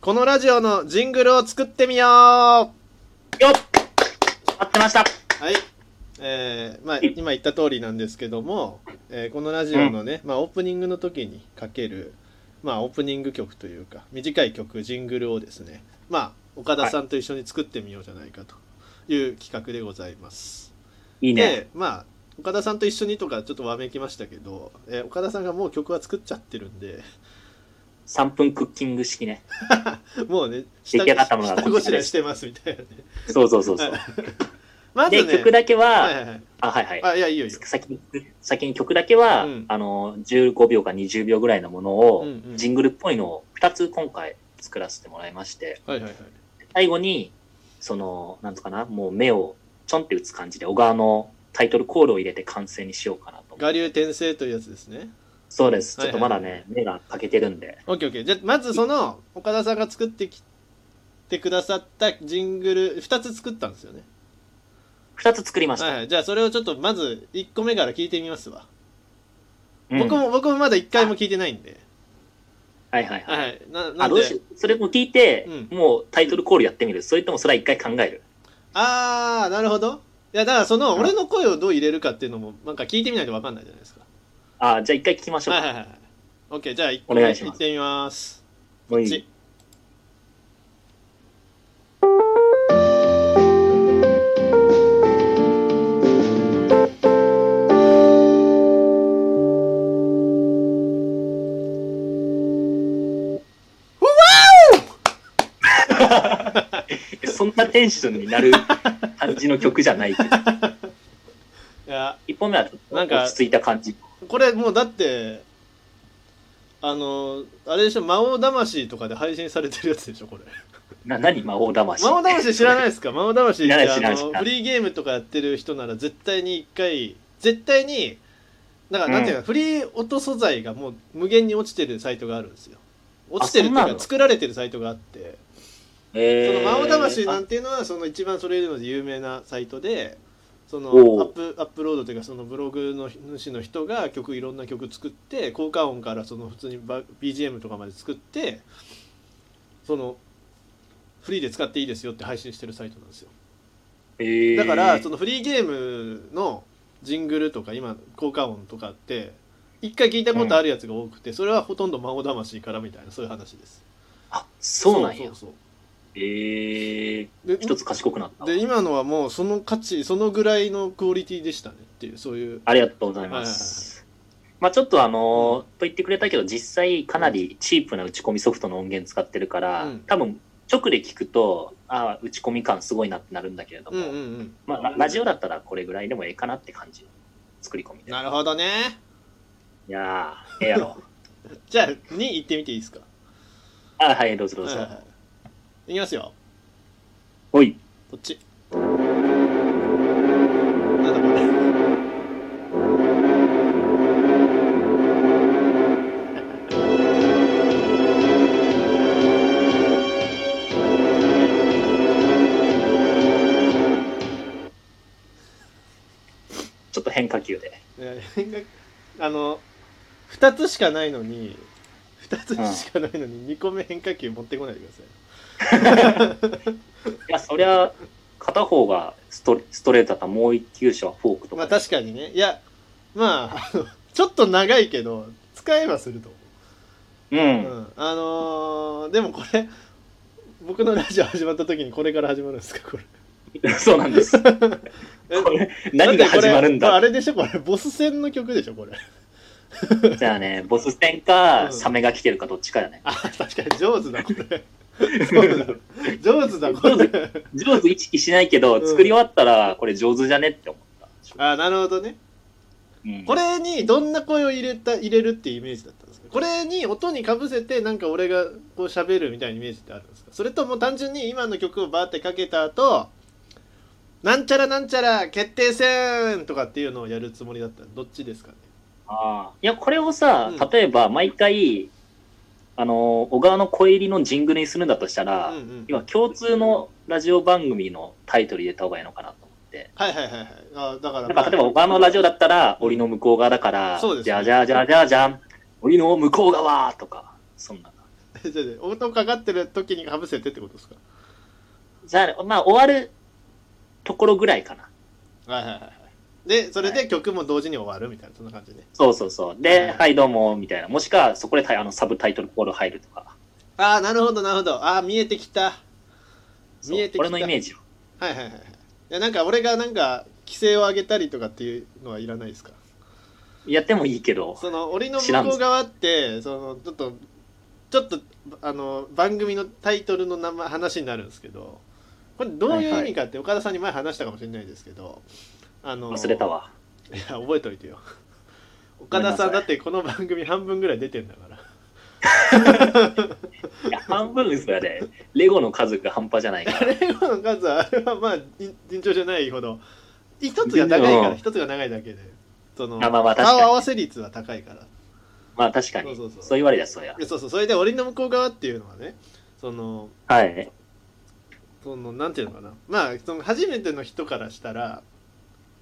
このラジオのジングルを作ってみようはよっ合ってましたい。えー、まあ、今言った通りなんですけども、えーこのラジオのね、まあ、オープニングの時にかける、まあ、オープニング曲というか、短い曲、ジングルをですね、まあ、岡田さんと一緒に作ってみようじゃないかという企画でございます。いいね。でまあ岡田さんと一緒にとかちょっとわめきましたけど、えー岡田さんがもう曲は作っちゃってるんで 3分クッキング式ね。もうね出来上がったものが下ごしらえしてますみたいなねそうそうそうそう。 まずで、ね曲だけは、はいはいはいあ、はいはい。あいやいいよいいよ先に、先に曲だけは、うんあの、15秒か20秒ぐらいのものを、うんうんジングルっぽいのを2つ今回作らせてもらいまして、はいはいはい最後に、その、なんとかな、もう目をちょんって打つ感じで、小川のタイトルコールを入れて完成にしようかなと。我流転生というやつですねそうです。はちいはょいっとまだね、目が欠けてるんで。 OKOK じゃあまずその岡田さんが作ってきてくださったジングル2つ作ったんですよね2つ作りました。はいはいじゃあそれをちょっとまず1個目から聞いてみますわ、うん僕。も僕もまだ1回も聞いてないんではいはいはい。はいはいななあ、んどうしでよう。それも聞いて、うもうタイトルコールやってみる。それともそれは一回考える。あー、なるほど。いや、だからその、うん俺の声をどう入れるかっていうのも、なんか聞いてみないとわかんないじゃないですか。あ、じゃあ一回聞きましょうはいか。はいはい。オッケー、じゃあ、一お願いします行ってみます。もういちい。そんなテンションにな る感じの曲じゃないけど。いや、一本目はちょっとなんか落ち着いた感じ。これもうだって、あの、あれでしょ、魔王魂とかで配信されてるやつでしょ、 これ。な、何魔王魂。魔王魂知らないいですか魔王魂っ知てらないあ知らない知らのないフリーゲームとかやってる人なら絶対に一回絶対にだからなんていうか、フリー音素材がもう無限に落ちてるサイトがあるんですよ落ちてるってあいうそなうかの作られてるサイトがあってその えー、魔王魂なんて。ていうのはその一番それよりも有名なサイトでそのアおうップアップロードというかそのブログの主の人が曲いろんな曲作って効果音からその普通にバ BGM とかまで作ってそのフリーで使っていいですよって配信してるサイトなんですよえー、だからそのフリーゲームのジングルとか今効果音とかって一回聞いたことあるやつが多くて、それはほとんど魔王魂からみたいなそういう話ですあ、そうなんや。そうそうえー、そうで一つ賢くなった。で今のはもうその価値そのぐらいのクオリティでしたねっていうそういうありがとうございます。まあちょっとあのーと言ってくれたけど、実際かなりチープな打ち込みソフトの音源使ってるから、うん多分直で聞くと、ああ、打ち込み感すごいなってなるんだけれどうも、んうんうんまあララジオだったらこれぐらいでもええかなって感じの作り込みで。なるほどねいやー、ええ やろ。じゃあ2行ってみていいですかあーはい、どうぞどうぞはい。はいいきますよおい。こっちなんだこれちょっと変化球で。ね変化あの2つしかないのに2つしかないのに2個目変化球持ってこないでください、いや、そりゃ、片方がストストレートだったらもう一球種はフォークとか。まあ確かにねいやまああのちょっと長いけど使えばすると思うう、ん。うん、あのーでもこれ僕のラジオ始まった時にこれから始まるんですかこれ そうなんです。こ えれ何が始まるんだだってこれこれあれでしょこれボス戦の曲でしょこれじゃあね、ボス戦か、うんサメが来てるかどっちかだね。 あ確かに上手だこれ そうだ上手だこ上れ上手意識しないけど、うん作り終わったら、これ上手じゃねって思った。あなるほどねうんこれにどんな声を入れた入れるっていうイメージだったんですかこれに音にかぶせてなんか俺がこう喋るみたいなイメージってあるんですかそれとも単純に今の曲をバーってかけた後なんちゃらなんちゃら決定戦とかっていうのをやるつもりだったらどっちですかねあーいや、これをさうん、例えば毎回、あのー、小川の声入りのジングルにするんだとしたら、うんうん今、共通のラジオ番組のタイトル入れた方がいいのかなと思って。はいはいはいはいあだからなんか例えば、小川の ラジオだったら、檻の向こう側だから、そうですねじゃあじゃあじゃあじゃあじゃん、檻の向こう側とか、そんな。じゃあね音かかってる時にかぶせてってことですかじゃあ、まあ、終わるところぐらいかな。はいはいはいはいでそれで曲も同時に終わるみたいなそんな感じねそうそうそう。はいで、はい、どうも、みたいな。もしくは、そこでタイあのサブタイトルコール入るとか。ああなるほどなるほどああ見えてきたそう見えてきた俺のイメージよ。はいはいはいはいいやなんか俺がなんか規制を上げたりとかっていうのはいらないですかやってもいいけど。その檻の知らん向こぞう側ってそのちょっとちょっとあの番組のタイトルの名前話になるんですけどこれどういう意味かって岡田さんに前話したかもしれないですけどあの忘れたわ。いや覚えとい てよ岡田さんだってこの番組半分ぐらい出てんだからいや、半分嘘やで。レゴの数が半端じ ゃないから。レゴの数はあれはまあ尋尋常じゃないほど一つが長いかうらん一つが長いだけでそのあまあまあ確かに顔合わせ率は高いからまあ、確かに。そうそうそうそう言われりゃそうやで。そうそうそれで檻の向こう側っていうのはねそのはい。そのなんていうのかなまあその初めての人からしたら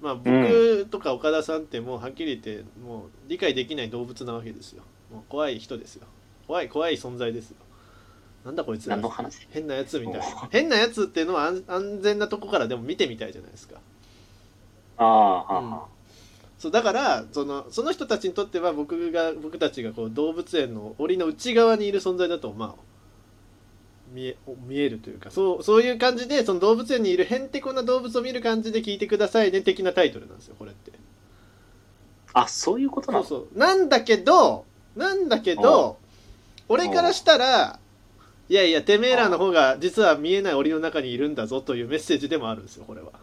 まあう僕とか岡田さんってもうはっきり言ってもう理解できない動物なわけですよもう怖い人ですよ怖い怖い存在ですよなんだこいつ何の話変なやつみたいなおう変なやつっていうのは安安全なとこからでも見てみたいじゃないですかああ、あうんあそうだからそのその人たちにとっては僕が僕たちがこう動物園の檻の内側にいる存在だとまあ見え見えるというかそうそういう感じでその動物園にいるへんてこな動物を見る感じで聞いてくださいね的なタイトルなんですよこれってあ、そういうことなそのうそうなんだけどなんだけど俺からしたらいやいやてめえらの方が実は見えない檻の中にいるんだぞというメッセージでもあるんですよこれは。うん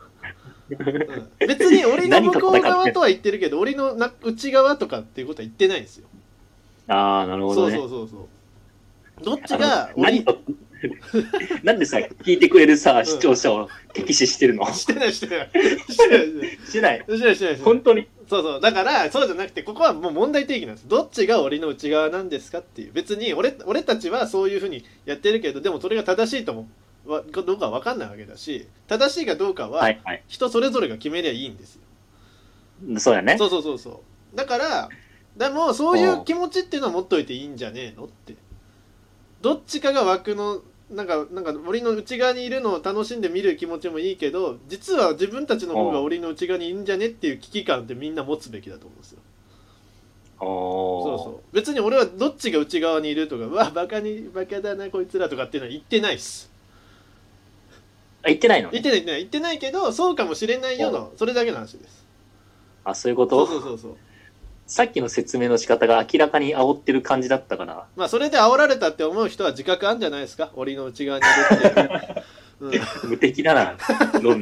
別に檻の向こう側とは言ってるけど檻のな内側とかっていうことは言ってないんですよ。ああ、なるほそどうね。そうそうそう。どっちあがの檻何を なんでさ、聞いてくれるさ、ん視聴者を敵視してるのしてないしてないしてないしない。してないしてないしてない本当に。そうそうだからそうじゃなくてここはもう問題定義なんですどっちが檻の内側なんですかっていう別に俺俺たちはそういうふうにやってるけどでもそれが正しいともわどうかは分かんないわけだし正しいかどうかははいはい。人それぞれが決めりゃいいんですよそうだね。そうそうそうそうだからでもそういう気持ちっていうのは持っといていいんじゃねえのってどっちかが枠のなんかなんか檻の内側にいるのを楽しんで見る気持ちもいいけど実は自分たちの方が檻の内側にいるんじゃねっていう危機感ってみんな持つべきだと思うんですよおそうーそう別に俺はどっちが内側にいるとかうわバカにバカだなこいつらとかっていうのは言ってないっすあ、言ってないの言ねってない言ってない言ってないけどそうかもしれないよのそれだけの話ですあ、そういうこそうとそうそうそうさっきの説明の仕方が明らかに煽ってる感じだったから。まあそれで煽られたって思う人は自覚あるんじゃないですか檻の内側にいるっていう、 うん、無敵だな、論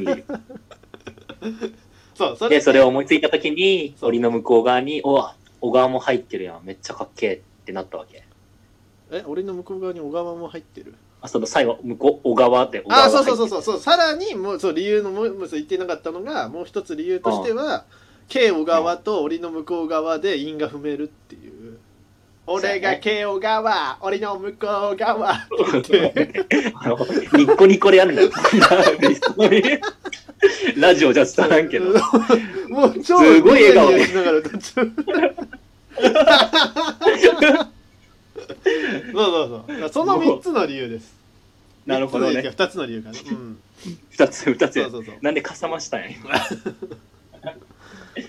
理。そうそれで、それを思いついたときに、そう檻の向こう側に、おわ、小川も入ってるやん。めっちゃかっけえってなったわけ。え俺の向こう側に小川も入ってるあ、その最後、向こう、小川って、小川あがあそう入ってそうそうそうそうさらにもうそう理由のもうもうそう言ってなかったのがもう一つ理由としては K 小川と俺の向こう側で因が踏めるっていう俺が K 小川俺の向こう側 あの、ニッコニコでやるんだよ。 ラジオじゃ伝わらんけど。 もう超すごい笑顔でニヤニヤしながら途中そう そうそうその3つの理由ですなるほどね。 2つの理由かな、うん、二つ、二つそう。そうそうなんでかさましたんや、今。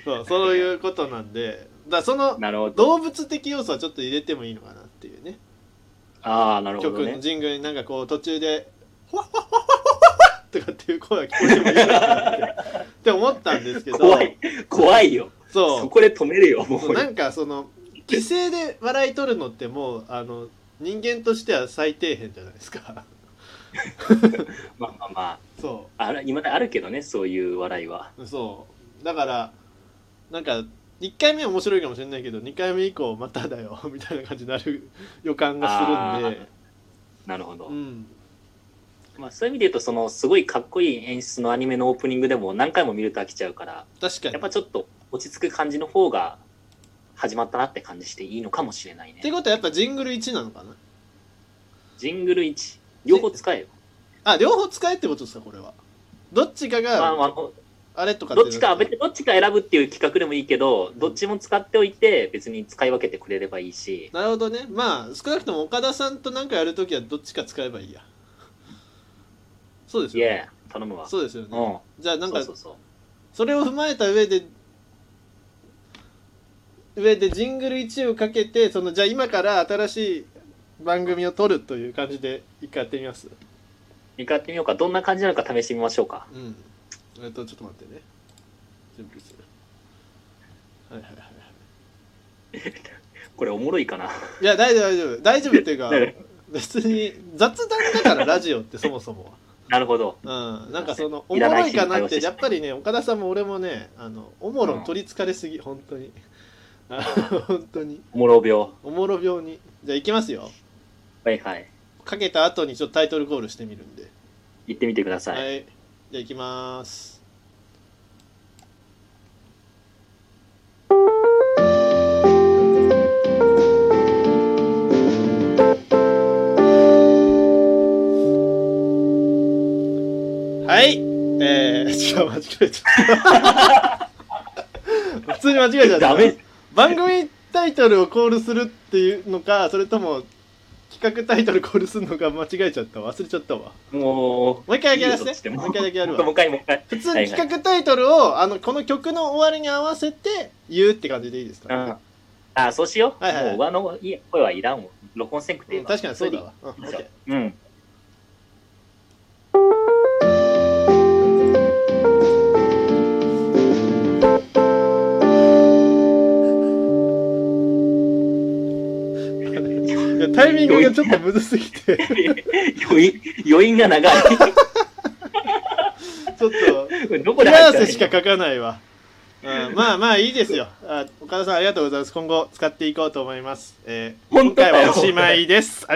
そうそういうことなんでだからそのなるほ動ど。物的要素はちょっと入れてもいいのかなっていうねああ、なるほど曲のね。ジングルになんかこう途中で「ほわほわほわほわほわとかっていう声が聞こえてもいいのかなってって思ったんですけど怖い。怖いよ。そうそこで止めるよ、もそうう。なんかその規制で笑い取るのってもうあの人間としては最底辺じゃないですか まあまあまそあ、あら今あるけどね、そういう笑いは。うそうだからなんか1回目は面白いかもしれないけど2回目以降まただよみたいな感じになる予感がするんでなるほど。うんまあ、そういう意味で言うと、その、すごいかっこいい演出のアニメのオープニングでも何回も見ると飽きちゃうから、確かにやっっぱちょっと落ち着く感じの方が始まったなって感じしていいのかもしれないねて。ことはやっぱジングル1なのかなジングル1、両方使えよ。あ両方使えってことですかこれはどっちかまあがまあ、あれとかどっちか、別てにどっちか選ぶっていう企画でもいいけど、どっちも使っておいて、別に使い分けてくれればいいし、なるほどねまあ少なくとも岡田さんと何かやるときはどっちか使えばいいやそうですいよねえ、頼むわ。そうですよねう。じゃあなんんそかうそうそう。それを踏まえた上で上でジングル1をかけてそのじゃあ今から新しい番組を撮るという感じで一回やってみます一回やってみようか。どんな感じなのか試してみましょうか。うんえっとちょっと待ってね準備するはいはいはいはいこれおもろいか な。いや大丈夫大丈夫大丈夫って いうかね別に雑談だからラジオってそもそもなるほど。はうんなんかそのお いもらないろいかなっ心配をしててしまやうっぱりね岡田さんも俺もねあのおもろん取りつかれすぎ本当にあの本当におもろ病。おもろ病にじゃあ行きますよはいはい。かけた後にちょっとタイトルコールしてみるんで行ってみてくだはさい。い、じゃあ行きますはいえー、 違う間違えちゃった普通に間違えちゃったダメ番組タイトルをコールするっていうのかそれとも企画タイトルコールするのか間違えちゃったわ忘れちゃったわもう。もう一回だけやらせいいよどっちてでももう一回だけやるもうわ一回もう一回。普通はいはにい企画タイトルをあのこの曲の終わりに合わせて言うって感じでいいですうか、ん。あ、そうしよう。はいはいもう上のいい声はいらんわ。録音せんくていいわ確かにそうだわ、うん、オッケーうん。いやタイミングがちょっとむずすぎ てち余韻、余韻が 長い。ょっとどこ裏で合入わったらいせいしか書かないわ、うん、まあまあいいですよあ岡田さんありがとうございます今後使っていこうと思います、えー今本当か回よはおしまいですありがとうございます